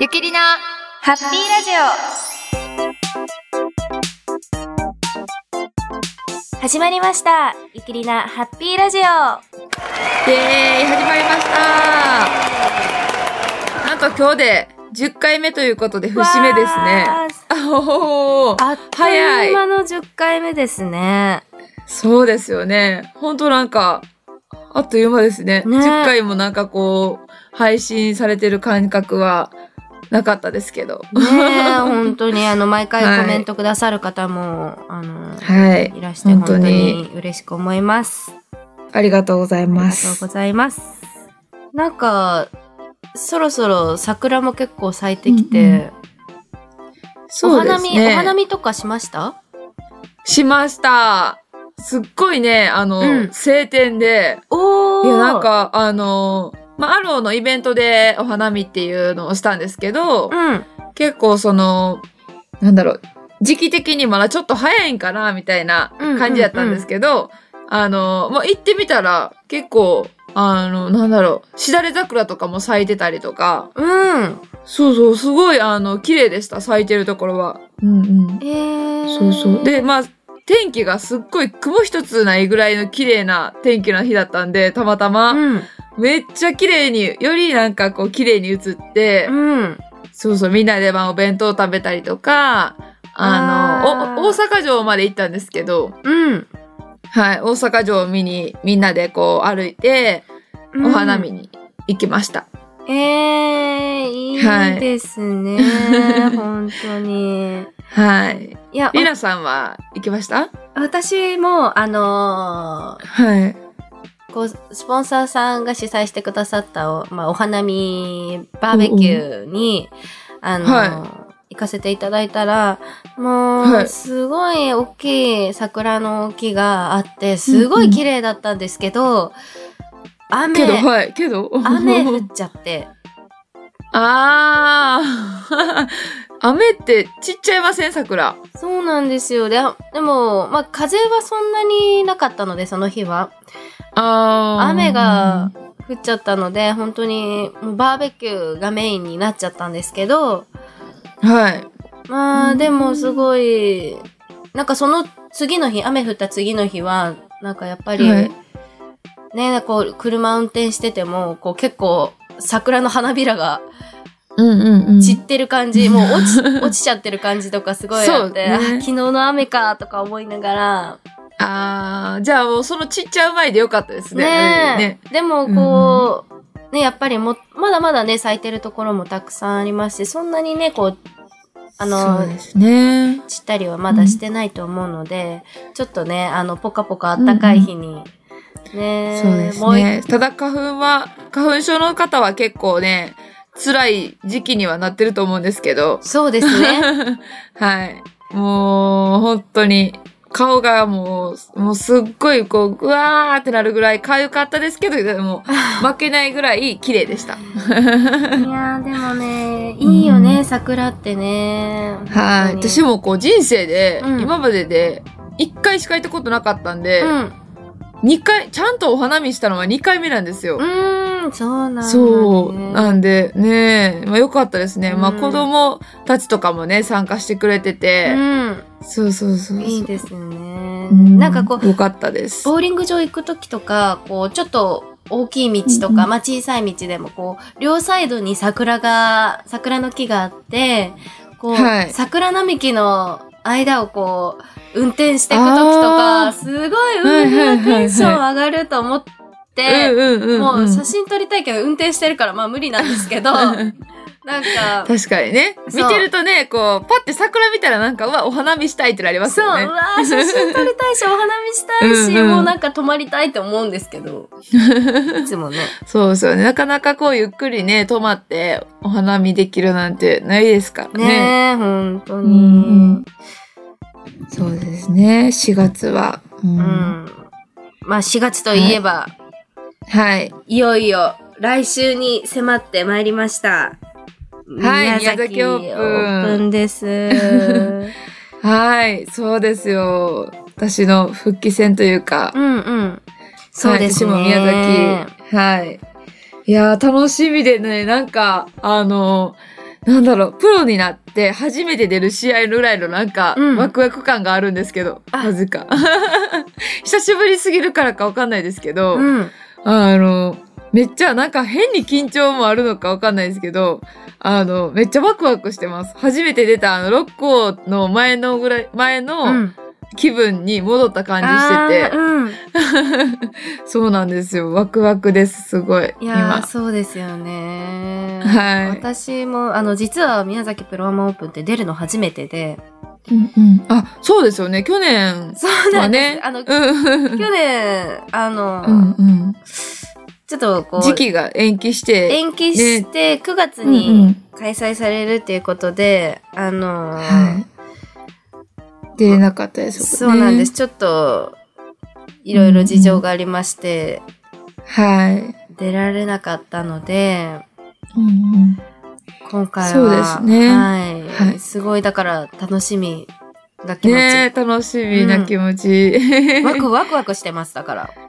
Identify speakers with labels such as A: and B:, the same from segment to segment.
A: ゆきりなハッピーラジ
B: 始まりました。ゆきりなハッピーラジオ。は
A: オイエーイ始まりましたなんと今日で10回目ということで節目ですね。あおー
B: あっという間の10回目ですね。
A: そうですよね。ほんとなんか、あっという間ですね。
B: ね
A: 10回もなんかこう、配信されてる感覚はなかったですけど。
B: ねえ、本当にあの毎
A: はい
B: 回コメントくださる方も、あの、
A: はい。
B: いらして本当
A: 本
B: に嬉しく思います。
A: ありがとうござい
B: あ
A: ま
B: りがとう
A: す。
B: ございます。なんか、そろそろ桜も結構咲いてきて、お
A: そうで
B: 花
A: す
B: 見、
A: ね。
B: お花見とかしました
A: しました。すっごいね、あの、
B: うん
A: 晴天で、
B: お
A: いや、なん、か、あの、まあ、アローのイベントでお花見っていうのをしたんですけ
B: う
A: ど、
B: ん。
A: 結構その、なんだろう、時期的にまだちょっと早いんかな、みたいな
B: うんうんうん
A: 感じだったんですけど、あの、まあ、行ってみたら、結構、あの、なんだろう、しだれ桜とかも咲いてたりとか、
B: うん。
A: そうそう、すごい、あの、綺麗でした、咲いてるところは。うんうん。
B: えー、
A: そうそう。で、まあ、天気がすっごい雲一つないぐらいの綺麗な天気の日だったんで、たまたま、
B: うん。
A: めっちゃ綺麗に、よりなんかこう綺麗に映って、
B: うん。
A: そうそう、みんなでまあお弁当食べたりとか、あ
B: あー
A: の、お大阪城まで行ったんですけど、
B: うん。
A: はい、大阪城を見に、みんなでこう歩いて、お花見に行きました。
B: うん。えー、い
A: はい
B: いです ね。本当に。
A: はい。
B: いや、
A: りなさんは行きました
B: わ私も、あの
A: はい。
B: ーこう、スポンサーさんが主催してくださったお、まあ、お花見、バーベキューに、あのー
A: は
B: 行かせていただいたら、もう、
A: はい
B: すごい大きい桜の木があって、すごい綺麗だったんですけど、雨、
A: けど、はい、けど。
B: 雨降っちゃって。
A: あー。 雨ってちっちゃいません桜。
B: そうなんですよ。で、あでも、まあ、風はそんなになかったので、その日は。
A: あー。
B: 雨が降っちゃったので、本当に、もうバーベキューがメインになっちゃったんですけど、
A: はい。
B: ま
A: う
B: あ、
A: ん
B: でもすごい、なんかその次の日、雨降った次の日は、なんかやっぱり、
A: はい
B: ね、こう、車運転してても、こう、結構、桜の花びらが
A: うんうんうん。
B: 散ってる感 じ、もう落ち、落ちちゃってる感じとかすごいあって、
A: そうね
B: あ昨日の雨か、とか思いながら、
A: あー、じゃあもうそのちっちゃい前でよかったですね。
B: ねえ
A: ね
B: でもこう、ね、やっぱりも、まだまだね、咲いてるところもたくさんありますし、そんなにね、こう、あ
A: そ
B: の
A: う、ですね。
B: 散ったりはまだしてないと思うので、ちょっとね、あの、ぽかぽかあったかい日に、ね、
A: そうです
B: もう一
A: ね。ただ花粉は、花粉症の方は結構ね、辛い時期にはなってると思うんですけど。
B: そう ですね。
A: はい。もう、本当に、顔がもう、もうすっごいこう、うわーってなるぐらい痒かったですけど、で も、負けないぐらい綺麗でした。
B: いやーでもね、いいよね、桜ってね。
A: は
B: 本
A: い。
B: 当に
A: 私もこう、人生で、
B: うん
A: 今までで、1回しか行ったことなかったんで、
B: うん。
A: 二回、ちゃんとお花見したのは2回目なんですよ。
B: うーん、そうなんだ、ね。
A: そう。なんで、ねえ、まあ、よかったですね。まあ、
B: うん
A: 子供たちとかもね、参加してくれてて、
B: うん。
A: そうそうそうそう。
B: いいですね。
A: うん
B: なんかこう、
A: よかったです。
B: ボーリング場行くときとか、こう、ちょっと大きい道と
A: うん
B: か、
A: うん
B: まあ小さい道でも、こう、両サイドに桜が、桜の木があって、こう、
A: はい
B: 桜並木の間をこう、運転していくときと
A: あー
B: か、すごい、
A: はいはいはいは
B: う
A: い
B: ん、テンション上がると思って、
A: うんうんうん、
B: も
A: う。
B: うん 写真撮りたいけど、運転してるから、まあ無理なんですけど、なんか、
A: 確かにね。
B: そう
A: 見てるとね、こう、パって桜見たらなんか、うわ、お花見したいってなります
B: そう、
A: よ
B: う
A: ね。
B: わー写真撮りたいし、お花見したいし、
A: うんうん
B: もうなんか泊まりたいって思うんですけど、 いつもね。
A: そうですよね。なかなかこう、ゆっくりね、泊まって、お花見できるなんてないですからね。
B: ねえ、本当
A: う
B: に。
A: んそうですね。4月は。うん
B: うん。まあ4月といえば、
A: はい。
B: い、よいよ来週に迫ってまいりました。
A: はい宮崎オープン
B: です。
A: はい、そうですよ。私の復帰戦というか、
B: うんうん。そうですね。
A: はい、私も宮崎。はい。いやー、楽しみでね、なんか、あの、なんだろう、プロになって初めて出る試合ぐらいのなんか、
B: うん
A: ワクワク感があるんですけど、
B: あ
A: なぜか。 久しぶりすぎるからかわかんないですけど、
B: うん。
A: あの、めっちゃなんか変に緊張もあるのかわかんないですけど、あの、めっちゃワクワクしてます。初めて出たあの、六甲の前のぐらい、前の
B: ん。
A: 気分に戻った感じしてて、
B: うん。
A: そうなんですよ。ワクワクです、すごい。
B: いやー
A: 今。
B: そうですよね。
A: はい。
B: 私も、あの、実は宮崎プロアマオープンって出るの初めてで。
A: あ、そうですよね。去年
B: そうな
A: は
B: んです。
A: ね。
B: あの、去
A: うん
B: 年、あの、
A: うんうん、
B: ちょっとこう、
A: 時期が延期して、
B: 延期して9月
A: うんう
B: に
A: ん
B: 開催されるっていうことで、あのー
A: はい、出れなかったです
B: そ
A: よね
B: うなんです。。ちょっと、いろいろ事情がありまして、
A: はい。
B: 出られなかったので、
A: うん
B: 今回は、
A: そうですね
B: はい、
A: はい
B: すごい、だから楽しみな
A: う
B: 気
A: ん、
B: 持ち。
A: ねえ楽しみな気持ち。
B: ワクワクワクしてます、だから。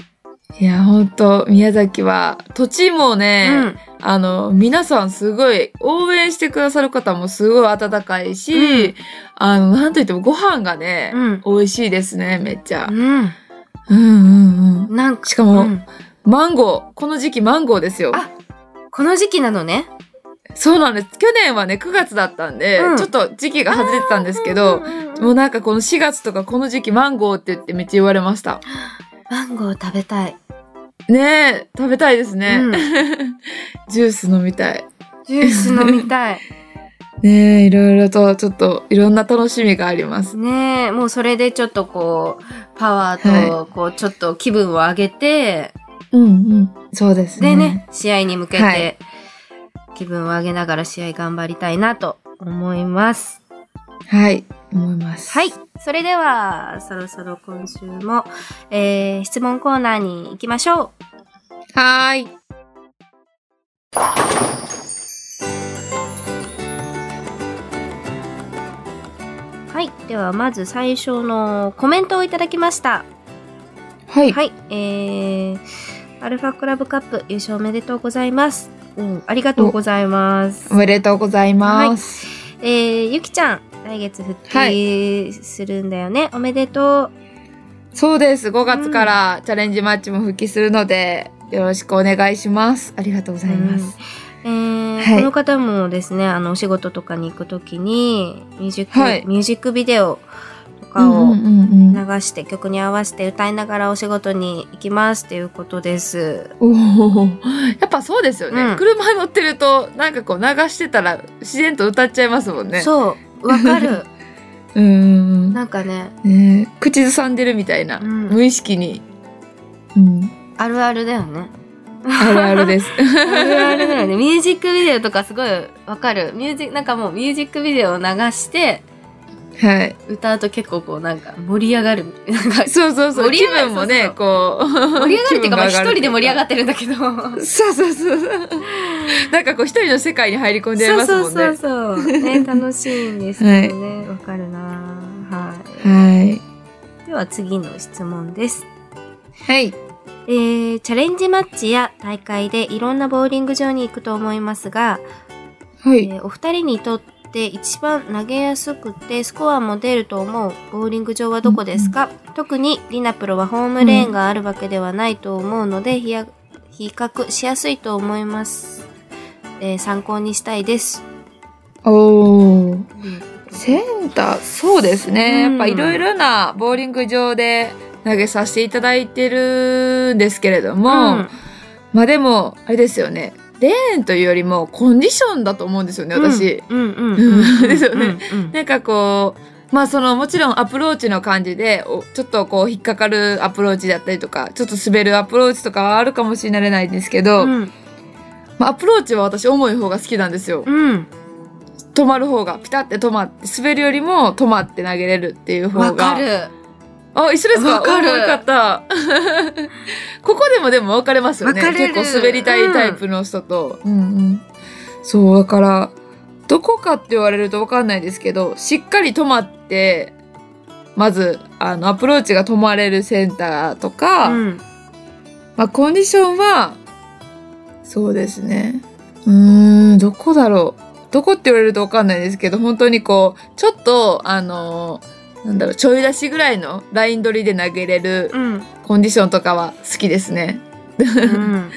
A: いや、ほんと、宮崎は、土地も
B: う
A: ね、
B: ん
A: あの、皆さんすごい、応援してくださる方もすごい温かいし、
B: うん
A: あの、なんといってもご飯がね、
B: うん
A: 美味しいですね、めっちゃ。
B: う
A: うんうんうん。
B: ん。なんか、
A: しかも、
B: うん
A: マンゴー、この時期マンゴーですよ。
B: あこの時期なのね。
A: そうなんです。去年はね、9月だったんで、
B: うん
A: ちょっと時期が外れてたんですけど、も
B: も
A: う
B: う
A: なんかこの4月とかこの時期マンゴーって言ってめっちゃ言われました。
B: マンゴー食べたい。
A: ねえ、食べたいですね。
B: うん
A: ジュース飲みたい。
B: ジュース飲みたい。
A: ねえ、いろいろとちょっといろんな楽しみがあります。
B: ねえ、もうそれでちょっとこう、パワーと、こう、ちょっと気分を上げて、
A: うんうん。そうです
B: でね、試合に向けて、
A: はい
B: 気分を上げながら試合頑張りたいなと思います。
A: はい、思います。
B: はい。それでは、そろそろ今週も、えー、質問コーナーに行きましょう。
A: はーい。
B: はい。では、まず最初のコメントをいただきました。
A: はい。
B: はい、えー、アルファクラブカップ優勝おめでとうございます。うん、ありがとうございます
A: お。めでとうございます。
B: えー、ゆきちゃん、来月復
A: は
B: 帰するんだよね。おめでとう。
A: そうです。5月からチャレンジマッチも復帰するので、よろしくお願いします。ありがとうございます。
B: えー
A: はい
B: この方もですね、あの、お仕事とかに行くときに、ミュージック、
A: はい
B: ミュージックビデオと
A: う
B: かを
A: んうんうんうん
B: 流して、曲に合わせて歌いながらお仕事に行きますっていうことです。
A: おお、やっぱそうですよね、
B: うん
A: 車乗ってるとなんかこう流してたら自然と歌っちゃいますもんね。
B: そう、わかる。
A: うーん、
B: なんかね、
A: ねえ、口ずさんでるみたいな、
B: うん
A: 無意識に、うん、
B: あるあるだよね。
A: あるある です。
B: あるあるだよ ね。ミュージックビデオとかすごいわかる。ミュージック、なんかもうミュージックビデオを流して、
A: はい、
B: 歌うと結構こうなんか盛り上がる。なんか
A: そうそうそう、
B: 盛り
A: 気
B: 上がる
A: 分もね、
B: そう
A: こう
B: 盛り上がるっていうか、まあ一人で盛り上が
A: っ
B: ってるんだけど。
A: て。そうそうそう、なんかこう一人の世界に入り込んでい
B: そう
A: ます
B: そ
A: も
B: うんそう
A: ね。
B: そう。ね、楽しいんですよね。わ、かるなは
A: はい、
B: い。では次の質問です。
A: はい、
B: えー、チャレンジマッチや大会でいろんなボーリング場に行くと思いますが、
A: は
B: え
A: い、
B: ーお二人にとって一番投げやすくてスコアも出ると思うボーリング場はどこですか、特にリナプロはホームレーンがあるわけではないと思うので、比や比較しやすいと思います、えー参考にしたいです、
A: おお。センター、そうですね。
B: うん
A: やっぱいろいろなボーリング場で投げさせていただいてるんですけれども、
B: うん
A: まあでも、あれですよね。レーンというよりもコンディションだと思うんですよね、私。
B: うんうんうんうん
A: ですよね
B: うんうん
A: なんかこう、まあそのもちろんアプローチの感じで、おちょっとこう引っかかるアプローチだったりとか、ちょっと滑るアプローチとかはあるかもしれないんですけど、
B: うん
A: まあアプローチは私重い方が好きなんですよ。
B: うん
A: 止まる方が、ピタって止まって、滑るよりも止まって投げれるっていう方が。
B: わかる
A: あ、一緒ですか
B: わかる
A: おーよか った。ここでもでも分かれますよね。
B: 分かれる
A: 結構滑りたいタイプの人と。うん、うん、そう、だから、どこかって言われると分かんないですけど、しっかり止まって、まず、あの、アプローチが止まれるセンターとか、
B: うん
A: まあ、コンディションは、そうですね。うーん、どこだろう。どこって言われるとわかんないですけど本当にこうちょっとあのーなんだろうちょい出しぐらいのライン取りで投げれる
B: うん。
A: コンディションとかは好きですね。
B: うん。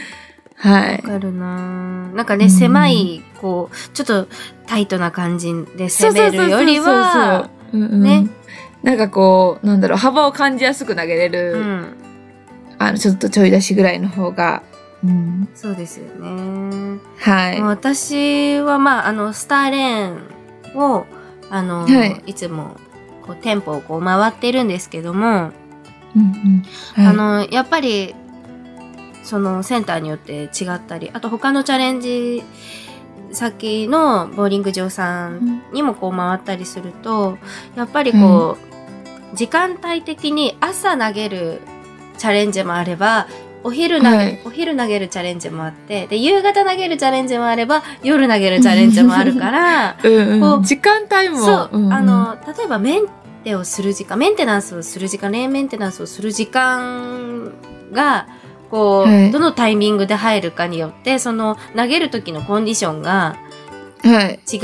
A: はい
B: わ。かるなぁなんかね、
A: うん
B: 狭い、こう、ちょっとタイトな感じで攻めるよりは、
A: そうそうそうそう、うんうん
B: ね
A: なんかこうなんだろう幅を感じやすく投げれる、
B: うん。
A: あのちょっとちょい出しぐらいの方が、うん、
B: そうですよね。
A: はい、
B: もう私は、まあ、あの、スターレーンを、あの、
A: はい
B: い、つも、こう、テンポをこう回ってるんですけども、
A: うんうんは
B: あ
A: い
B: の、やっぱり、そのセンターによって違ったり、あと他のチャレンジ先のボーリング場さんにもこう回ったりするとやっぱりこう、時間帯的に朝投げるチャレンジもあればお昼投げ、
A: はい
B: お昼投げるチャレンジもあってで夕方投げるチャレンジもあれば夜投げるチャレンジもあるから
A: うん
B: こ
A: うん、
B: う
A: 時間帯も
B: そう、
A: んん
B: あの例えばメンテをする時間メンテナンスをする時間レーンメンテナンスをする時間がこう、
A: はい
B: どのタイミングで入るかによってその投げる時のコンディションが
A: はい
B: 違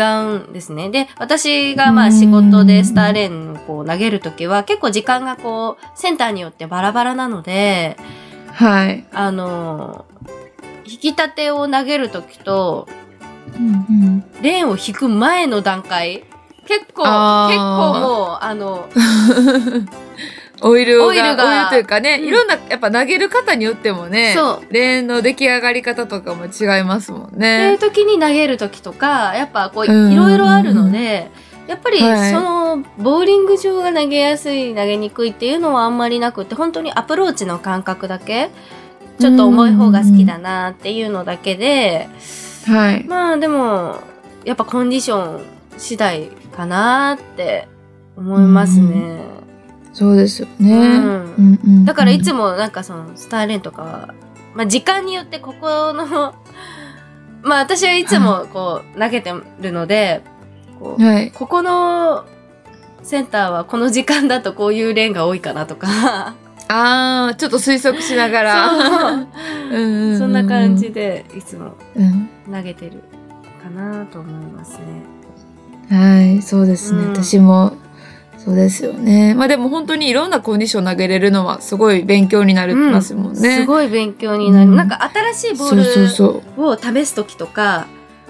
B: うんですね。で、私がま
A: う
B: あ
A: ん
B: 仕事でスターレーンをこう投げるときは結構時間がこうセンターによってバラバラなので、
A: はい、
B: あの、引き立てを投げるときと
A: うんうん、
B: レーンを引く前の段階、結構、
A: あー
B: 結構もう、あの、
A: オイルが
B: オイルが
A: オイルというかね、
B: うん
A: いろんなやっぱ投げる方によってもね
B: そう。
A: レーンの出来上がり方とかも違いますもん
B: っていう
A: ね。
B: 時に投げる時とかやっぱこうい
A: うん
B: ろいろあるのでやっぱり
A: はい
B: そのボーリング場が投げやすい投げにくいっていうのはあんまりなくて本当にアプローチの感覚だけちょっと重い方が好きだなっていうのだけで
A: はい、
B: まあでもやっぱコンディション次第かなって思いますね。
A: そうですよ
B: う
A: ね。
B: ん
A: うんうん
B: だからいつもなんかそのスターレンとかは、まあ、時間によってここの まあ私はいつもこう投げてるのでこう
A: はい、
B: ここのセンターはこの時間だとこういうレーンが多いかなとか
A: ああちょっと推測しながら うんうんうんうん
B: そんな感じでいつも
A: うん
B: 投げてるかなと思いますね。
A: はい、そうですね。
B: うん
A: 私も、そうですよね。まあでも本当にいろんなコンディション投げれるのはすごい勉強になりますもんね。
B: すごい勉強になる、
A: うん
B: なんか新しいボー
A: そうそう
B: ル
A: そう。
B: を試す時とか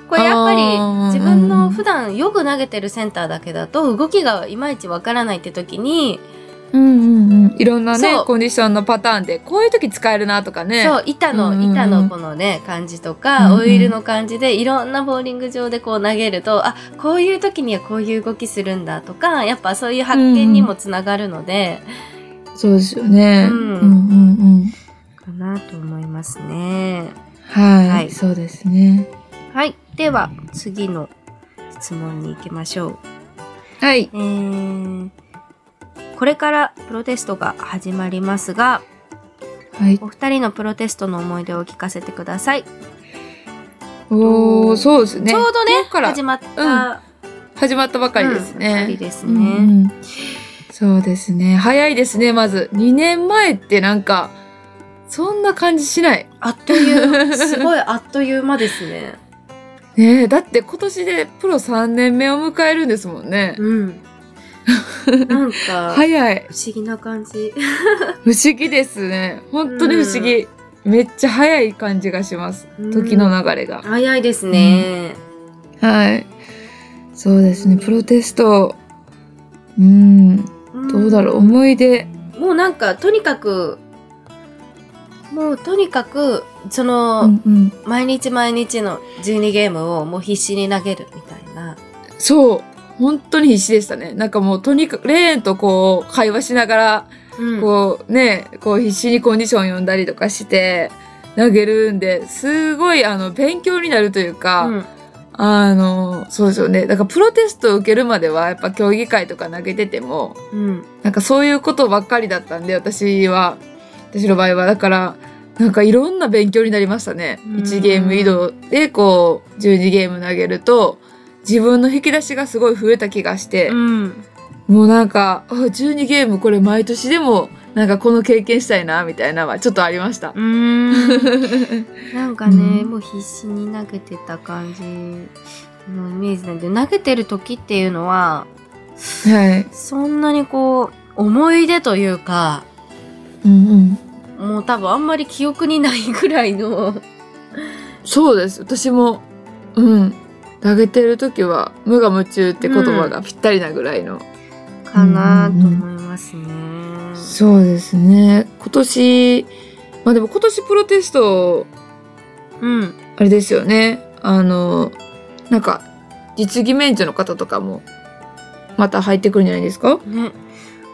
B: これやっぱり
A: あー
B: 自分の普段よく投げてるセンターだけだと動きがいまいちわからないって時に、
A: うんうんうん。いろんなね
B: そ、う
A: コンディションのパターンで、こういう時使えるなとかね。
B: そう板の、
A: うんうんうん
B: 板のこのね感じと
A: うん
B: か、
A: うん
B: オイルの感じでいろんなボーリング場でこう投げるとあこういう時にはこういう動きするんだとかやっぱそういう発見にもつながるので、
A: そうですよね。
B: う
A: うんんうんうん。
B: かなと思いますね。
A: はい、
B: はい
A: そうですね。
B: はいでは次の質問に行きましょう。
A: はい。
B: えーこれからプロテストが始まりますが
A: はい。
B: お二人のプロテストの思い出を聞かせてください、
A: おお、そうですね。
B: ちょうどね
A: 今日から
B: 始まった
A: 始まったばかりですね。
B: 二人です
A: うん
B: ね、
A: うんそうですね早いですねまず2年前ってなんかそんな感じしない
B: あっというすごいあっという間ですね
A: ねえだって今年でプロ3年目を迎えるんですもんね、
B: うんなん か不
A: 早い
B: 思議な感じ
A: 不思議ですね本当に不思議、めっちゃ早い感じがします時の流れが、
B: 早いですね、
A: はいそうですねプロテストうんどうだろう思い出
B: もうなんかとにかくもうとにかくその、
A: うんうん
B: 毎日毎日の12ゲームをもう必死に投げるみたいな
A: そう本当に必死でしたねなんかもうとにかくレーンとこう会話しながら
B: こ
A: こうねこう必死にコンディション読んだりとかして投げるんですごいあの勉強になるという
B: う
A: か、
B: うん
A: あのそうですよねだからプロテストを受けるまではやっぱ競技会とか投げてても
B: うん
A: なんかそういうことばっかりだったんで私は私の場合はだからなんかいろんな勉強になりましたね。
B: うん
A: 1ゲーム移動でこう12ゲーム投げると自分の引き出しがすごい増えた気がして。
B: うん
A: もうなんかあ12ゲームこれ毎年でもなんかこの経験したいなみたいなのはちょっとありました
B: う。んなんかね、
A: うん
B: もう必死に投げてた感じのイメージなんで、投げてる時っていうのは、
A: はい。
B: そんなにこう、思い出というか、
A: うんうん。
B: もう多分あんまり記憶にないぐらいの、
A: そうです。私も、うん。投げてる時は、無我夢中って言葉がぴったりなぐらいの。
B: かなと思いますね。
A: そうですね。今年、まあでも今年プロテスト、
B: うん。
A: あれですよね。あの、なんか、実技免除の方とかも、また入ってくるんじゃないですか
B: ね。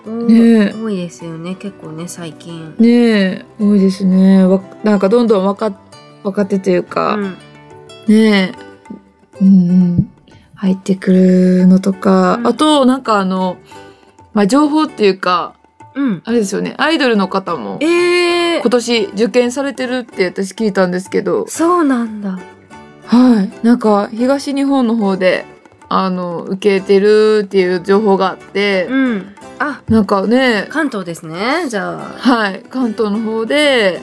B: お
A: ねえ
B: 多いですよね、結構ね、最近。
A: ねえ、多いですね。わなんかどんどん若、若手というか、
B: うん
A: ねえ、うんうん、入ってくるのとか、
B: うん
A: あと、なんかあの、まあ、情報っていうか、
B: うん。
A: あれですよね、アイドルの方も、
B: ええ
A: 今年受験されてるって私聞いたんですけど、
B: そうなんだ。
A: はい。なんか、東日本の方で、あの、受けてるっていう情報があって、
B: うん。あ、
A: なんかね、
B: 関東ですね、じゃあ。
A: はい、関東の方で、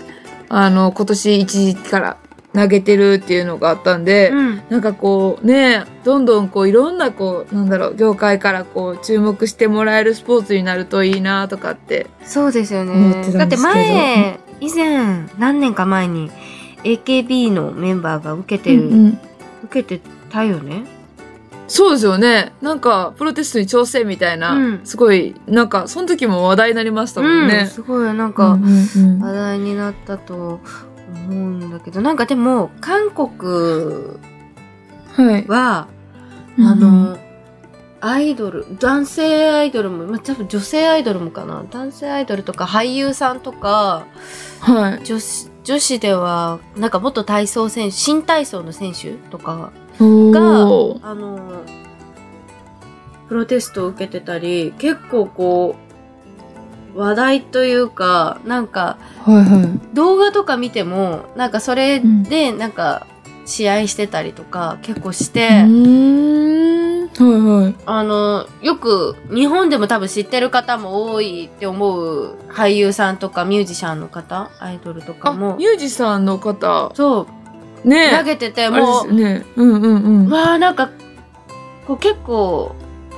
A: あの、今年一時期から投げてるっていうのがあったんで、
B: うん。
A: なんかこうね、どんどんこういろんなこう、なんだろう、業界からこう注目してもらえるスポーツになるといいなとかって。
B: そうですよ
A: 思って
B: ね。だ
A: た
B: っ
A: ん
B: て
A: ですけど
B: 前、以前、何年か前に、AKB のメンバーが受けてる、
A: うんうん
B: 受けてたよね。
A: そうですよね。なんかプロテストに挑戦みたいな、
B: うん
A: すごい、なんかその時も話題になりましたもん
B: うん、
A: ね。
B: すごい、なん
A: う
B: か、
A: んうん
B: 話題になったと思うんだけど、なんかでも、韓国
A: うんはい。
B: は、
A: うん
B: あの、アイドル、男性アイドルも、まあ、多分女性アイドルもかな。男性アイドルとか俳優さんとか、
A: はい。
B: 女子、女子では、なんか元体操選手、新体操の選手とか、
A: おー
B: あの、プロテストを受けてたり、結構こう、話題というか、なんか、
A: はいは
B: 動画とか見ても、なんかそれで、なんか、試合してたりとか、結構して、
A: い。うーん。はいはい。
B: あの、よく日本でも多分知ってる方も多いって思う俳優さんとかミュージシャンの方、アイドルとか
A: あ、
B: も
A: ミ、ュージシャンの方、
B: そう、
A: ね。
B: 投げてて、
A: あれで
B: も
A: すよね。うんうんう
B: う、
A: ん。
B: わあなんか、こう結構、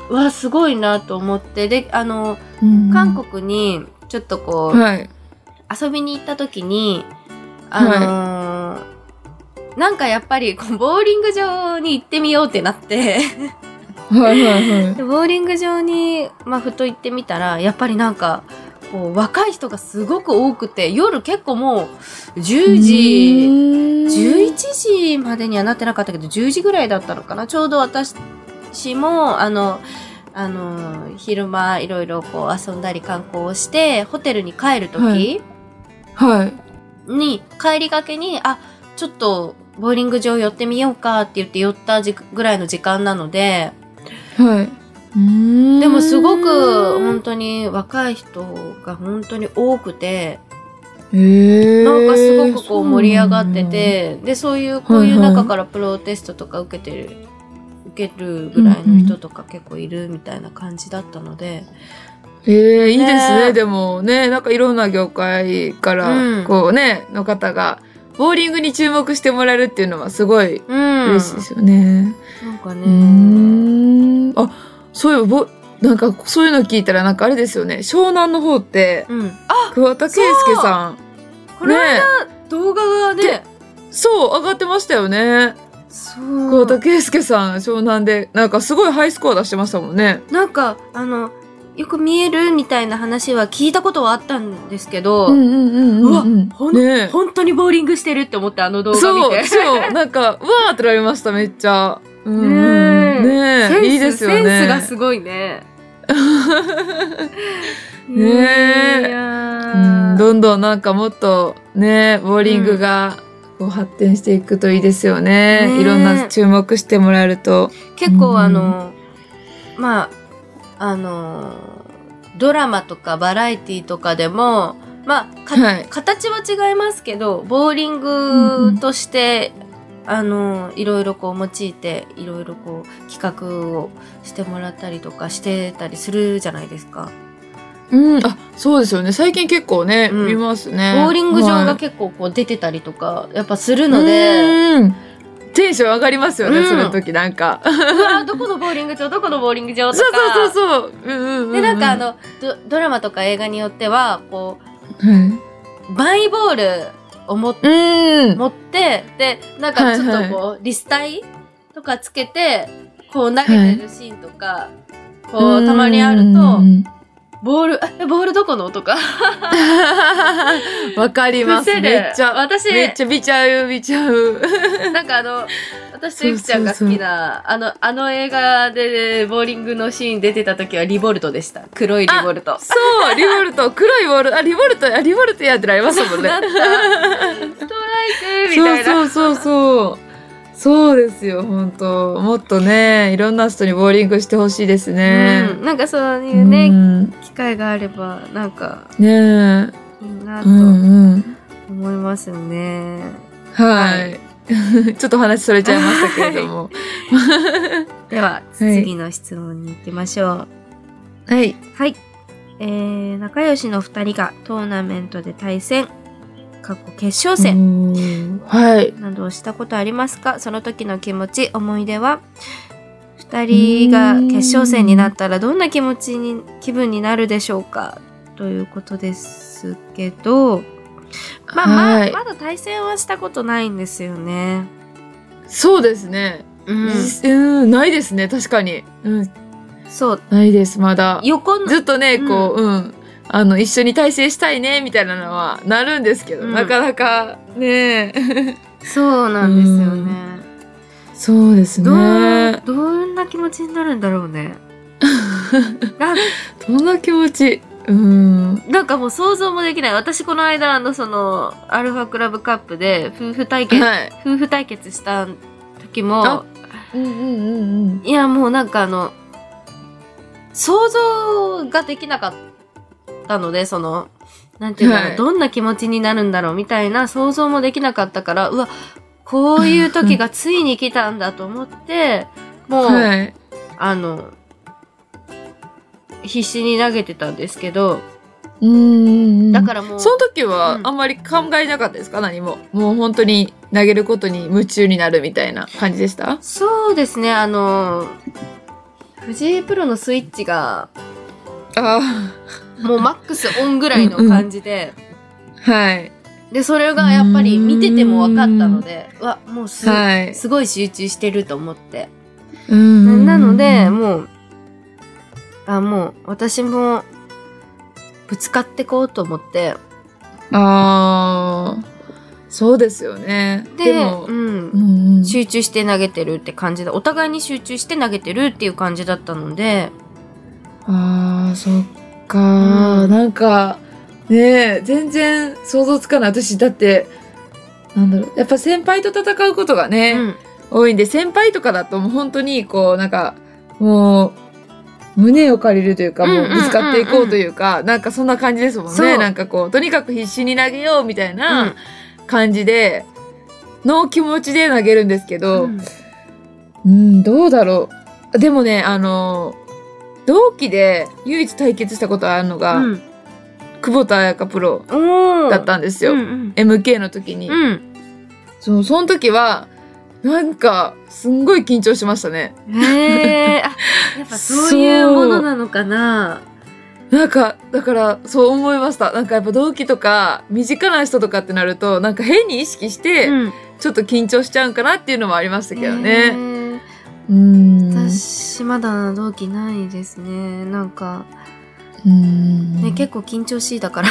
B: わあすごいなと思って、で、あの、
A: うんうん
B: 韓国にちょっとこう、
A: はい。
B: 遊びに行った時に、あのーなんかやっぱりこうボーリング場に行ってみようってなって
A: はいはいはい。
B: でボーリング場に、まあ、ふと行ってみたらやっぱりなんかこう若い人がすごく多くて夜結構もう10時11時までにはなってなかったけど10時ぐらいだったのかなちょうど私もあのあの昼間いろいろこう遊んだり観光をしてホテルに帰る時
A: はいはい。
B: に、帰りがけにあちょっとボーリング場寄ってみようかって言って寄った時ぐらいの時間なので
A: はい。で
B: でもすごく本当に若い人が本当に多くて、なんかすごくこう盛り上がって、て、で、そういう、こういう
A: はいはい
B: 中からプロテストとか受けてる、受けるぐらいの人とか結構いるみたいな感じだったので、
A: えー、いいです
B: ね
A: ね。でもね、なんかいろんな業界か
B: うん
A: ら、こうね、の方が、ボーリングに注目してもらえるっていうのはすごい
B: うん。
A: 嬉しいですよね。
B: なんか
A: う
B: ね、
A: ーん。あ、そういえば、ぼなんかそういうの聞いたら、なんかあれですよね。湘南の方って、
B: うん。あ、
A: 桑田佳祐さん。
B: この間
A: ね
B: 動画がね
A: で、そう、上がってましたよね。
B: そう。
A: 桑田佳祐さん、湘南で、なんかすごいハイスコア出してましたもんね。
B: なんか、あの、よく見えるみたいな話は聞いたことはあったんですけど、
A: うんうんうんうんうん。
B: ほん、
A: ねえ
B: 本当にボーリングしてるって思ってあの動画見
A: そう
B: て。
A: そうなんかうわーってなりましためっちゃ。うんう
B: ね
A: ん
B: え
A: ね
B: セン
A: え
B: ス
A: いいですよね。
B: センスがすごいね。
A: ねえ
B: いや
A: う
B: ー
A: んどんどんなんかもっとねボーリングがこう発展していくといいですよね。
B: ねえ
A: いろんな注目してもらえると。
B: 結
A: う
B: 構
A: ん
B: あの、まあ、あの、ドラマとかバラエティとかでも、まあ、か
A: はい
B: 形は違いますけど、ボーリングとして、あの、いろいろこう用いて、いろいろこう企画をしてもらったりとかしてたりするじゃないですか。
A: うんあそうですよね最近結構ね、
B: うん
A: 見ますね。
B: ボーリング場が
A: 結
B: 結構こう出てたりとか、やっぱする
A: 構
B: ので、
A: うんテンション上がりますよね、
B: うん
A: その時なんか
B: うわどこのボーリング場どこのボーリング場
A: そう
B: とか
A: そうそうそううんうんうん
B: でなんかあのドドラマとか映画によってはこ
A: はい、
B: うマイボールを持っ
A: うん
B: 持ってでなんかちょっとこう、リスタイとかつけてこう投げてるシーンとか、こうたまにあると
A: うん
B: ボールえボールどこのとか
A: わかります。
B: 伏せる
A: めっちゃ、
B: 私
A: めっちゃ見ちゃう、見ちゃう。
B: なんかあの私とゆきちゃんが好きなあのあの映画でボーリングのシーン出てた時はリボルトでした黒いリボルト。
A: そう、リボルト、黒いボール、あ、リボルトや、リボルトやってなりますもん ね
B: なっ。たストライクみたいな
A: そうそうそうそう。そうですよ、本当もっとね、いろんな人にボーリングしてほしいです
B: う
A: ね。、
B: ん、なんかそういううんね、機会があればなんか
A: ねえ。
B: いいな
A: う
B: と
A: んうん。
B: 思いますよね。
A: はい。 ちょっとお話それちゃいましたけれども。
B: では次の質問に行きましょう。
A: はい。
B: はい。えー、仲良しの2人がトーナメントで対戦、過去決勝戦
A: うんはい。
B: などをしたことありますかその時の気持ち、思い出は2人が決勝戦になったらどんな気持ちに、気分になるでしょうかということですけど、まあ、まあ
A: はい
B: まだ対戦はしたことないんですよね。
A: そうですね。
B: うん。
A: じうん、ないですね、確かに。うん、
B: そう。
A: ないです、まだ。
B: 横の、
A: ずっとね、
B: うん
A: こう、うん、あの、一緒に対戦したいね、みたいなのはなるんですけど、
B: うん
A: なかなか、ね
B: そうなんですよね。
A: そうです
B: どう。、
A: ね
B: どんな気持ちになるんだろう ね。なん
A: どんな気持ちうん。
B: なんかもう想像もできない。私この間あのそのアルファクラブカップで夫婦対決、
A: はい。
B: 夫婦対決した時
A: あ
B: も、
A: うんうんうんうん。
B: いやもうなんかあの、想像ができなかったので、その、なんていうかな、
A: はい
B: どんな気持ちになるんだろうみたいな想像もできなかったから、うわ、こういう時がついに来たんだと思 って、もう、
A: はい。
B: あの、必死に投げてたんですけど、
A: うんうんうん。
B: だからもう、
A: その時は
B: うん
A: あんまり考えなかったですか、何も。もう本当に投げることに夢中になるみたいな感じでした
B: そうですね、あの、藤井プロのスイッチが、
A: あ
B: もうマックスオンぐらいの感じで、
A: あ、はい。
B: で、それがやっぱり見てても分かったので、うわ、もうす,、
A: はい。
B: すごい集中してると思って。
A: うんうんうん
B: なので、もう、あ、もう私も、ぶつかってこうと思って、
A: ああ、そうですよね。
B: で、
A: も、
B: うん
A: う、んうん
B: 集中して投げてるって感じで、お互いに集中して投げてるっていう感じだったので、
A: あーそっかー、
B: うん
A: なんかねえ全然想像つかない私だってなんだろうやっぱ先輩と戦うことがね、
B: うん、
A: 多いんで先輩とかだともう本当にこうなんかもう胸を借りるというか
B: うんうん
A: も
B: うん
A: う
B: うん
A: ぶつかっていこうというか、なんかそんな感じですもん
B: そう
A: ねなんかこうとにかく必死に投げようみたい
B: うん
A: な感じで、の気持ちで投げるんですけど、
B: うん
A: うん、どうだろう。でもね、あの、同期で唯一対決したことあるのが、
B: うん
A: 久保田彩香プロ
B: おー
A: だったんですよ。
B: うんうん
A: MK の時に。
B: うん。
A: そのその時は、なんか、すんごい緊張しましたね。
B: へえ。あ、やっぱそういうものなのか な。
A: なんか、だから、そう思いました。なんかやっぱ同期とか、身近な人とかってなると、なんか変に意識して、
B: うん。
A: ちょっと緊張しちゃうんかなっていうのもありましたけど
B: へ
A: ね。
B: ー
A: うん。
B: 私まだ同期ないですね。なんか
A: うん
B: ね、結構緊張しいだ から。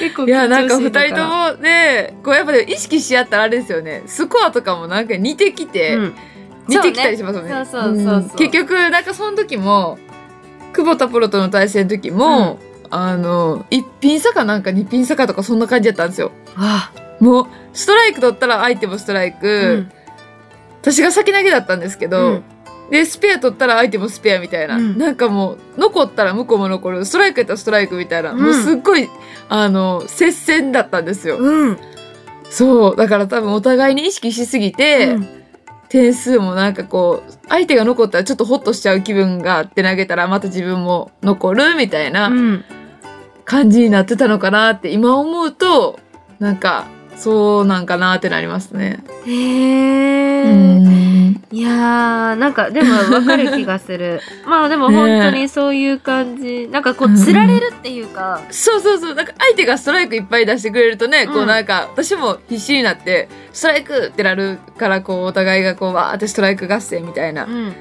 B: 結構
A: いやなんか二人
B: も。
A: ともねこうやっぱでも意識し合ったらあれですよねスコアとかもなんか似てきて、
B: うん。
A: 似てきたりしますよね
B: そうねそうそうそうそうん
A: 結局なんかその時も久保田プロとの対戦の時も、あの一品差かなんか二品差かとかそんな感じだったんですよ
B: わあ。
A: もうストライク取ったら相手もストライク、
B: うん。
A: 私が先投げだったんですけど、
B: うん
A: でスペア取ったら相手もスペアみたいな、
B: うん
A: なんかもう残ったら向こうも残るストライクやったらストライクみたいな、
B: うん
A: もうすっごいあの接戦だったんですよ、
B: うん。
A: そうだから多分お互いに意識しすぎて、
B: うん
A: 点数もなんかこう相手が残ったらちょっとホッとしちゃう気分があって投げたらまた自分も残るみたいな
B: うん。
A: 感じになってたのかなって今思うとなんかそうなんかなってなりますね。
B: へ
A: う
B: え。
A: ん。
B: いやー、なんかでもわかる気がする。 まあでも本当にそういう感じ。なんかこう、釣られるっていうか、
A: そうそうそう。なんか相手がストライクいっぱい出してくれるとね、
B: う
A: こうんなんか私も必死になって、ストライクってなるから、こうお互いがこうわーってストライク合戦みたいな。
B: うん。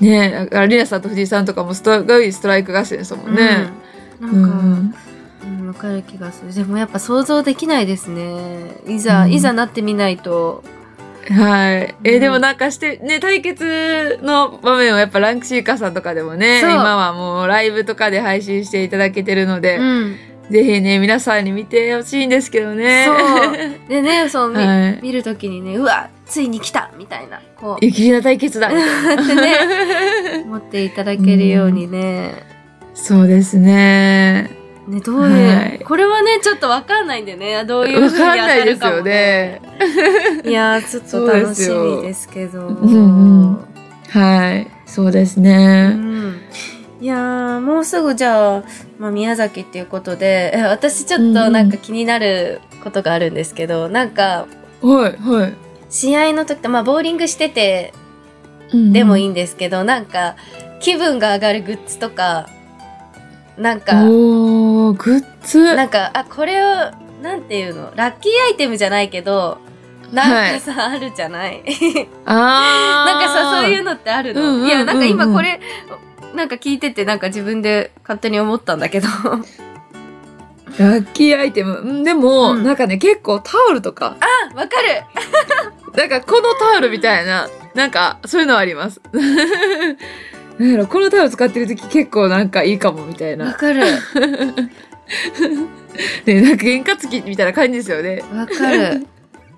A: ねだからリナさんと藤井さんとかもすごいストライク合戦ですもんね。
B: うん。なんか、うん、わかる気がする。でもやっぱ想像できないですね。いざ、
A: うん
B: いざなってみないと。
A: うんはい。え
B: うん
A: でもなんかして、ね、対決の場面はやっぱランクシーカーさんとかでもね、
B: そう
A: 今はもうライブとかで配信していただけてるので、
B: うん。
A: ぜひね、皆さんに見てほしいんですけどね。
B: そう。 でね、そう、み
A: はい
B: 見るときにね、うわ、ついに来たみたいな、こう、
A: 雪な対決だ。
B: ってね、思っていただけるようにね。
A: そうですね。
B: ね、どういう、
A: はい
B: これはね、ちょっとわかんないんでね、どういう
A: わ
B: ふうに当
A: かんな
B: た
A: いで
B: る
A: す
B: かも
A: よね。
B: いやー、ちょっと楽しみですけど。
A: そうですようんうんはい。そうです
B: う
A: ね。
B: んいやーもうすぐじゃあ、まあ、宮崎っていうことでえ私ちょっとなんか気になることがあるんですけど、なんか
A: はい、はい。
B: 試合の時ってまあボーリングしてて
A: うん
B: でもいいんですけど、なんか気分が上がるグッズとかなんか
A: おー、グッズ。
B: なんかあこれをなんていうのラッキーアイテムじゃないけどなんかさ、あるじゃない
A: あ。
B: なんかさそういううのってあるの、
A: うんうんうんうん
B: いやなんか今これなんか聞いててなんか自分で勝手に思ったんだけ ど。
A: ラッキーアイテム。うんでも、
B: うん
A: なんかね、結構タオルとか。
B: わかる
A: なんかこのタオルみたいな、なんかそういうのはあります。 なんやろ、このタオル使ってる時結構なんかいいかもみたい
B: わ
A: な。
B: かる
A: ね、なんか原価付きみたいな感じですよね。
B: わかる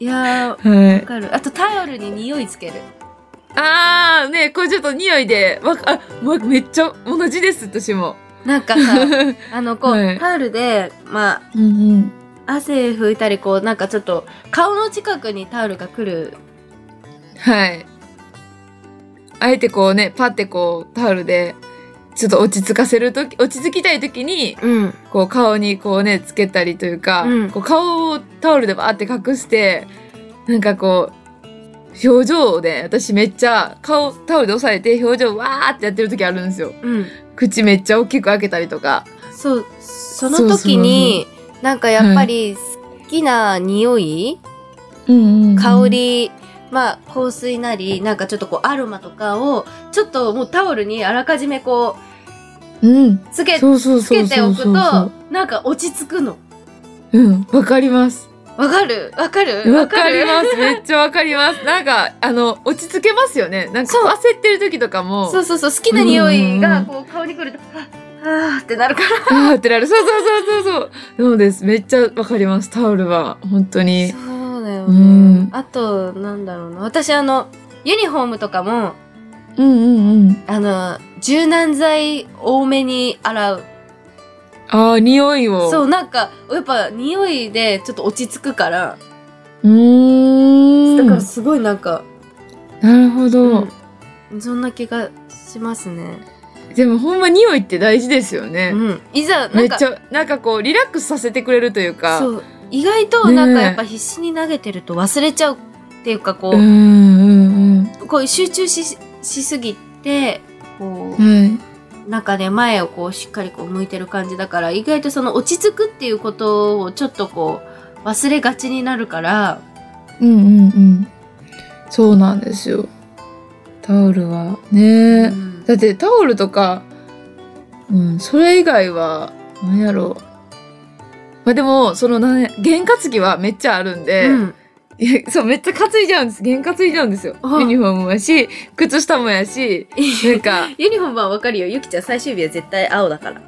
B: いやー
A: はい
B: わ。かるあとタオルに匂いつける
A: あーねこれちょっと匂いでわかあわめっちゃ同じです私 も。
B: なんかさあのこう、
A: はい
B: タオルでまあ
A: うんうん。
B: 汗拭いたりこうなんかちょっと顔の近くにタオルが来る
A: はい。あえてこうねパってこうタオルでちょっと落ち着かせるとき落ち着きたいときに
B: うん
A: こう顔にこうねつけたりというか、
B: うん
A: こう顔をタオルでバーって隠してなんかこう。表情をね、私めっちゃ顔タオルで押さえて表情わーってやってる時あるんですよ。
B: うん
A: 口めっちゃ大きく開けたりとか。
B: そうその時になんかやっぱり好きな匂い、
A: うんうん
B: 香。りまあ香水なりなんかちょっとこうアロマとかをちょっともうタオルにあらかじめこ
A: うん。
B: うつけ
A: そうそう
B: つ
A: そうそうそう
B: けておくとなんか落ち着くの
A: うん、わかります。
B: わかるわかる
A: わかります。めっちゃわかります。なんか、あの、落ち着けますよね。なんか、
B: そう
A: 焦ってる時とかも、
B: そうそうそう好きな匂い
A: うんうんう
B: が
A: ん
B: こう顔にくるとああーってなるから
A: あーってなる。そうそうそうそうそう。そうです。めっちゃわかります。タオルは、本当に。
B: そうだよ
A: う
B: ね
A: ん
B: あとなんだろうな私あのユニフォームとかも
A: うんうんうん。
B: あの柔軟剤多めに洗う
A: ああ、匂いを。。
B: そううなんかやっぱ匂いでちょっと落ち着くから
A: うー
B: だ
A: ん。
B: からすごいなんか、
A: なるほど、
B: うんそんな気がしますね
A: でも、ほんま匂いって大事ですよね。
B: うんいざな
A: め
B: ん
A: っ
B: か
A: ちゃ、なんかこう、リラックスさせてくれるというか。。
B: そうう意外となんか
A: ねえ
B: やっぱ必死に投げてると忘れちゃうっていうかこう、
A: うんうん
B: こう集中ししすぎてこ
A: うん。はい。
B: うなんかね前をこうしっかりこう向いてる感じだから意外とその落ち着くっていうことをちょっとこう忘れがちになるから
A: うんうんうん。そうなんですよ。タオルはね、
B: うん
A: だってタオルとか、うん、それ以外は、なんやろう。まあでも、その、なんや験担ぎはめっちゃあるんで、
B: うん
A: いやそう、めっちゃ担いじゃうんです。験担いじゃうんですよ。
B: あ
A: ユニフォームもやし、靴下もやし、なんか、
B: ユニフォームはわかるよゆきちゃん最終日は絶対青だから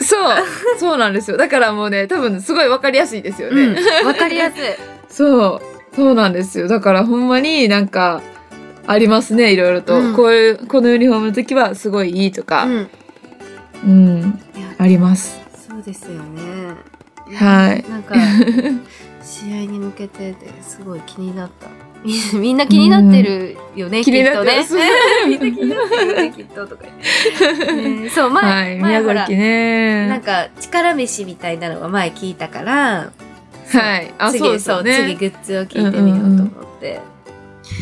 A: そう、そうなんですよ。だからもうね、多分すごいわかりやすいですよね。
B: うんわかりやすい
A: そう、そうなんですよ。だからほんまになんか、ありますね、いろいろと。
B: うん
A: こういう、このユニフォームの時はすごいいいとか、
B: うん
A: うん、
B: いや
A: あります。
B: そうですよね
A: はい。
B: なんか試合に向けてですごい気になった みみんな気になってるよね、き
A: 気に
B: っ
A: な
B: と
A: っ
B: ね
A: て
B: みんな気になってるよねきっととか言って、ねそう
A: は
B: 前,、
A: い、
B: 前
A: 宮
B: ほら
A: 崎ね。
B: なんか力飯みたいなのが前聞いたから
A: はい。あ、そう
B: 次
A: ですよ
B: そう次
A: ね。
B: グッズを聞いてみようと思って、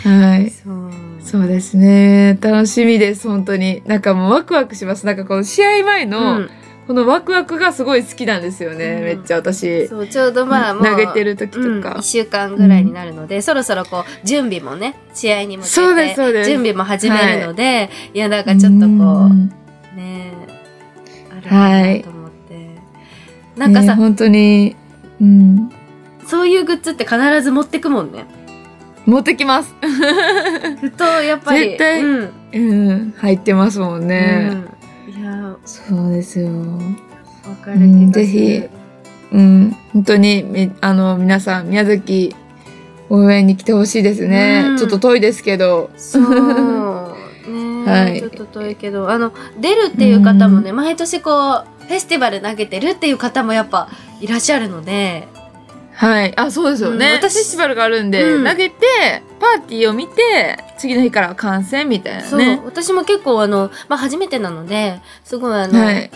A: はい。
B: そう
A: そうですね。楽しみです、本当に。なんかもうワクワクします。なんかこの試合前の、
B: うん
A: このワクワクがすごい好きなんですよね。
B: うん
A: めっちゃ私。
B: そうちょうどまあもう
A: 投げてる時と
B: うん、
A: か
B: 1。週間ぐらいになるので、そろそろこう準備もね試合に向けて
A: そうです、そうです。
B: 準備も始めるので、い、やなんかちょっとこう、
A: ん
B: ねえあるかなと思って、なんか
A: ね
B: さ、
A: 本当に、うん。
B: そういうグッズって必ず持ってくもんね
A: 持ってきます。
B: ふとやっぱり
A: 絶対
B: うん、
A: うん。入ってますもんね。
B: うんいやわ
A: そうですよ。
B: かる気がする、
A: うんぜひうん。本当に、みあの、皆さん、宮崎、応援に来てほしいですね、
B: うん
A: ちょっと遠いですけど。
B: そう。ねえ、
A: はい
B: ちょっと遠いけど、あの、出るっていう方もね、毎年こう、フェスティバル投げてるっていう方もやっぱいらっしゃるので、
A: はい。あ、そうですよね。
B: うん私
A: 私、シバルがあるんで、
B: うん
A: 投げて、パーティーを見て、次の日からは観戦みたいな
B: そう、
A: ね。
B: 私も結構あの、まあ、初めてなので、すごいあの、
A: はい。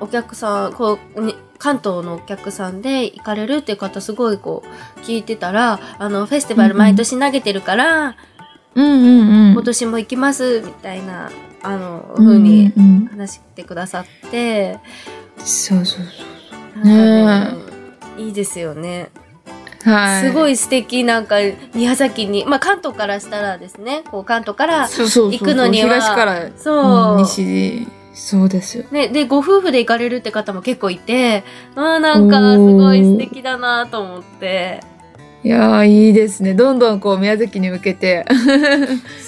B: お客さん、こう、に関東のお客さんで行かれるっていう方すごいこう、聞いてたら、あの、フェスティバル毎年投げてるから、
A: うんうんう
B: 今
A: ん。
B: 年も行きます、みたいな、あの、ふうに
A: うんうん
B: 話してくださって、
A: そうそうそ
B: なんかねいいですよね。
A: う。はい。
B: すご
A: い。
B: い素敵なんか宮崎に、まあ、関東からしたらですねこう関東から
A: そうそうそう。
B: 行くのには
A: 東から、
B: そう、
A: うん西に。そうですよ。
B: ね、でご夫婦で行かれるって方も結構いてあーなんかすごい素敵だなと思って
A: いやー、いいですね。どんどんこう、宮崎に向 けて。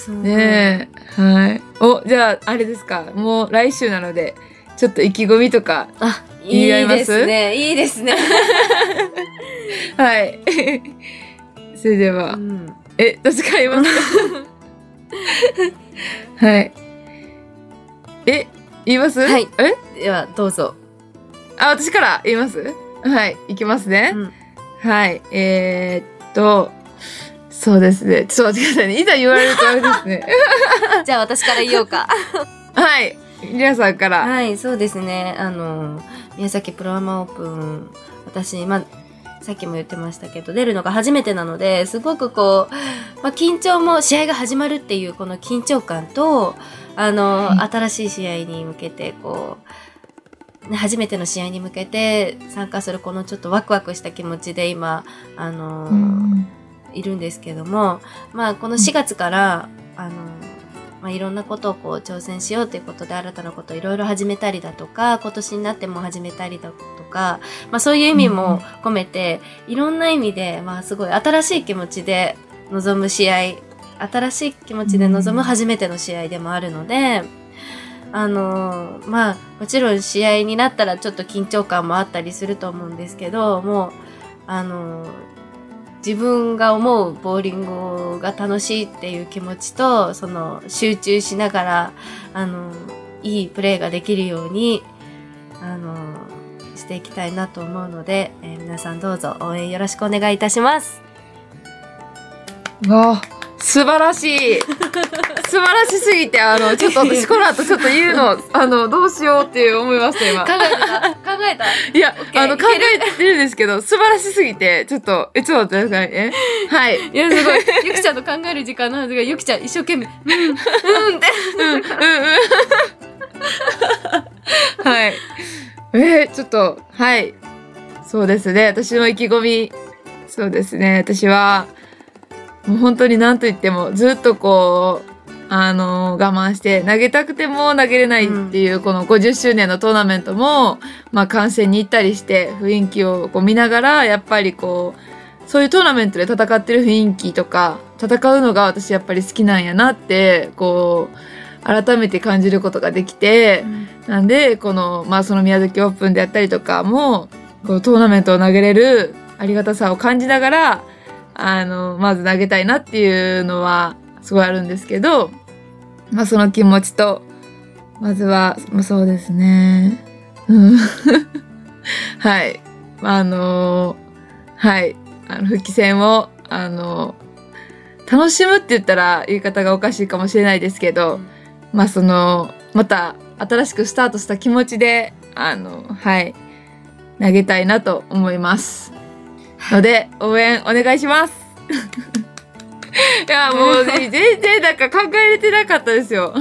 B: そう
A: ねえ。はい。お、じゃあ、あれですか。もう来週なので、ちょっと意気込みとか。
B: あいい
A: 似合います
B: ですねいいですね、
A: はい。 それでは
B: う。ん
A: え、確かに ますかはい。え、言います
B: はい
A: え
B: ではどうぞ、
A: あ、私から言いますはい、いきますね
B: う。ん
A: はい。えー、っと、そうですね。ちょっと待ってくださいね。いざ言われるとあれで すね。
B: じゃあ私から言おうか
A: はい。皆さんから。
B: はいそうですねあの宮崎プロアマオープン私まあさっきも言ってましたけど出るのが初めてなのですごくこう、まあ、緊張も試合が始まるっていうこの緊張感とあの、
A: はい
B: 新しい試合に向けてこうね初めての試合に向けて参加するこのちょっとワクワクした気持ちで今あの、
A: うん
B: いるんですけども、まあ、この4月から、あの、まあ、いろんなことをこう挑戦しようということで新たなことをいろいろ始めたりだとか、今年になっても始めたりだとか、まあそういう意味も込めて、いろんな意味で、まあすごい新しい気持ちで臨む試合、新しい気持ちで臨む初めての試合でもあるので、あのーまあもちろん試合になったらちょっと緊張感もあったりすると思うんですけどもうあのー自分が思うボーリングが楽しいっていう気持ちとその集中しながらあのーいいプレーができるようにあのーしていきたいなと思うので、えー皆さんどうぞ応援よろしくお願いいたします。
A: わあ、素晴らしい。 素晴らしすぎて、あの、ちょっと私この後ちょっと言う の、あの、どうしようっていう思いました、今
B: 考。えた考えた
A: いや、
B: ケー
A: あの、
B: い
A: 考
B: ける
A: えてるんですけど、素晴らしすぎて、ちょっと、え、ちょっと待ってくださいね。はい。
B: いやすごいゆきちゃんの考える時間のはずがゆきちゃん一生懸命「うんうん」って
A: うん、うん、うん。はい。えーちょっと、はい。そうですね。私の意気込み。そうですね。私は、もう本当に何と言っても、ずっとこう、あの我慢して投げたくても投げれないっていう、この50周年のトーナメントも、まあ、観戦に行ったりして雰囲気をこう見ながらやっぱりこうそういうトーナメントで戦ってる雰囲気とか戦うのが私やっぱり好きなんやなってこう改めて感じることができてなんでこの,、まあ、その宮崎オープンであったりとかもこうトーナメントを投げれるありがたさを感じながらあのまず投げたいなっていうのはすごいあるんですけど、まあ、その気持ちとまずは、まあ、そうですねうんはいあのはいあの復帰戦をあの楽しむって言ったら言い方がおかしいかもしれないですけど、まあそのまた新しくスタートした気持ちであのはい投げたいなと思います。ので、応援お願いします。 いや、もうね、全然なんか考えれてなかったですよ。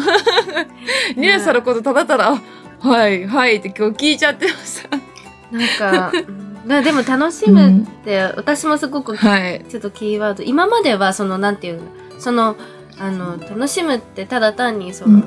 A: ニラさんのことただただ、あはい、はいって今日聞いちゃってました。
B: なんか、うんなでも楽しむって、私もすごく
A: はい。
B: ちょっとキーワード今まではそのなんていうのそのあの楽しむってただ単にその、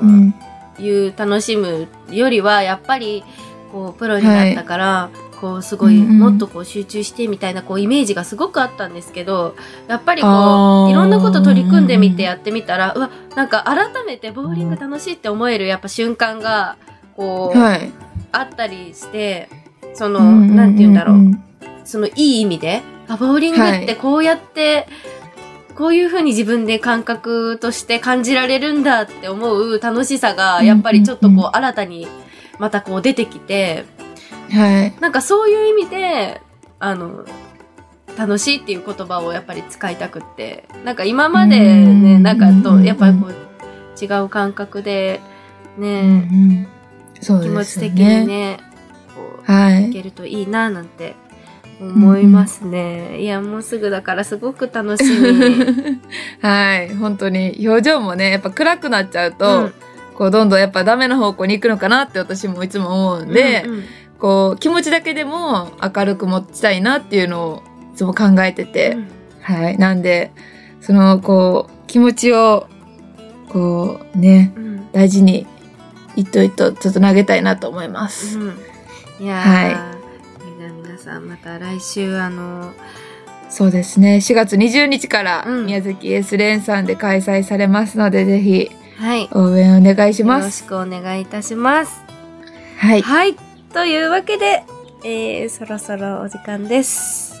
B: いう楽しむよりはやっぱりこうプロになったから、こうすごい
A: うんうん
B: もっとこう集中してみたいなこうイメージがすごくあったんですけどやっぱりこう
A: あー
B: いろんなこと取り組んでみてやってみたらうわなんか改めてボーリング楽しいって思えるやっぱ瞬間がこう、
A: はい。
B: あったりしてそのなんて言うんだろうそのいい意味であボーリングってこうやって、こういう風に自分で感覚として感じられるんだって思う楽しさ
A: うんうん
B: が
A: うん
B: やっぱりちょっとこう新たにまたこう出てきて
A: はい。
B: なんかそういう意味であの楽しいっていう言葉をやっぱり使いたくってなんか今まで
A: うんうんう
B: ね
A: ん
B: なんかとやっぱりこう違う感覚で
A: う
B: ね、
A: んうんそう
B: 気
A: で
B: 持
A: す
B: ち
A: よ
B: 的に
A: ね。
B: ねこう
A: はいい。
B: けるといいななんて思いますね、いやもうすぐだからすごく楽しみ
A: はい。本当に表情もね、やっぱ暗くなっちゃうと、
B: うん
A: こうどんどんやっぱダメな方向に行くのかなって私もいつも思うんで、
B: うんうん
A: こう気持ちだけでも明るく持ちたいなっていうのをいつも考えてて、
B: うん
A: はい。なんで、そのこう気持ちをこうね、
B: うん
A: 大事に一頭一頭ちょっと投げたいなと思います。
B: うんいやー、
A: は
B: みんな皆さんまた来週あの
A: そうですね。4月20日から
B: うん
A: 宮崎 S 連さんで開催されますので、ぜひ
B: はいよ
A: 応援お願いしま
B: ろ
A: す。
B: しくお願いいたします
A: はい。
B: はい、というわけで、えーそろそろお時間です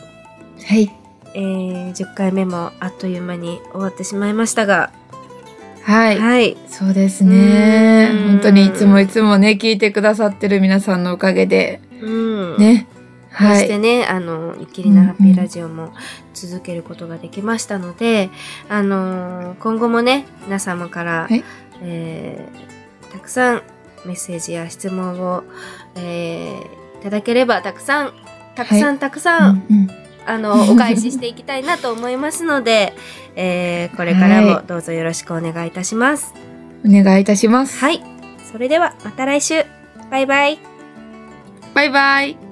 A: はい。
B: えー、10回目もあっという間に終わってしまいましたが、
A: はい。
B: はい、
A: そうですね
B: う。ん
A: 本当にいつもいつもね、聞いてくださってる皆さんのおかげで、
B: うん、
A: ね。
B: そ
A: は
B: して
A: い。
B: ね、あの、イキリナハッピーラジオも続けることができましたので、あのー今後もね、皆様から、
A: はい
B: えーたくさんメッセージや質問を、えーいただければ、たくさん、たくさん、たくさん、
A: うん
B: あの、お返ししていきたいなと思いますので、 えーこれからもどうぞよろしくお願いいたします。
A: うんお願いいたします。
B: はい。それでは、また来週。バイバイ。
A: バイバイ。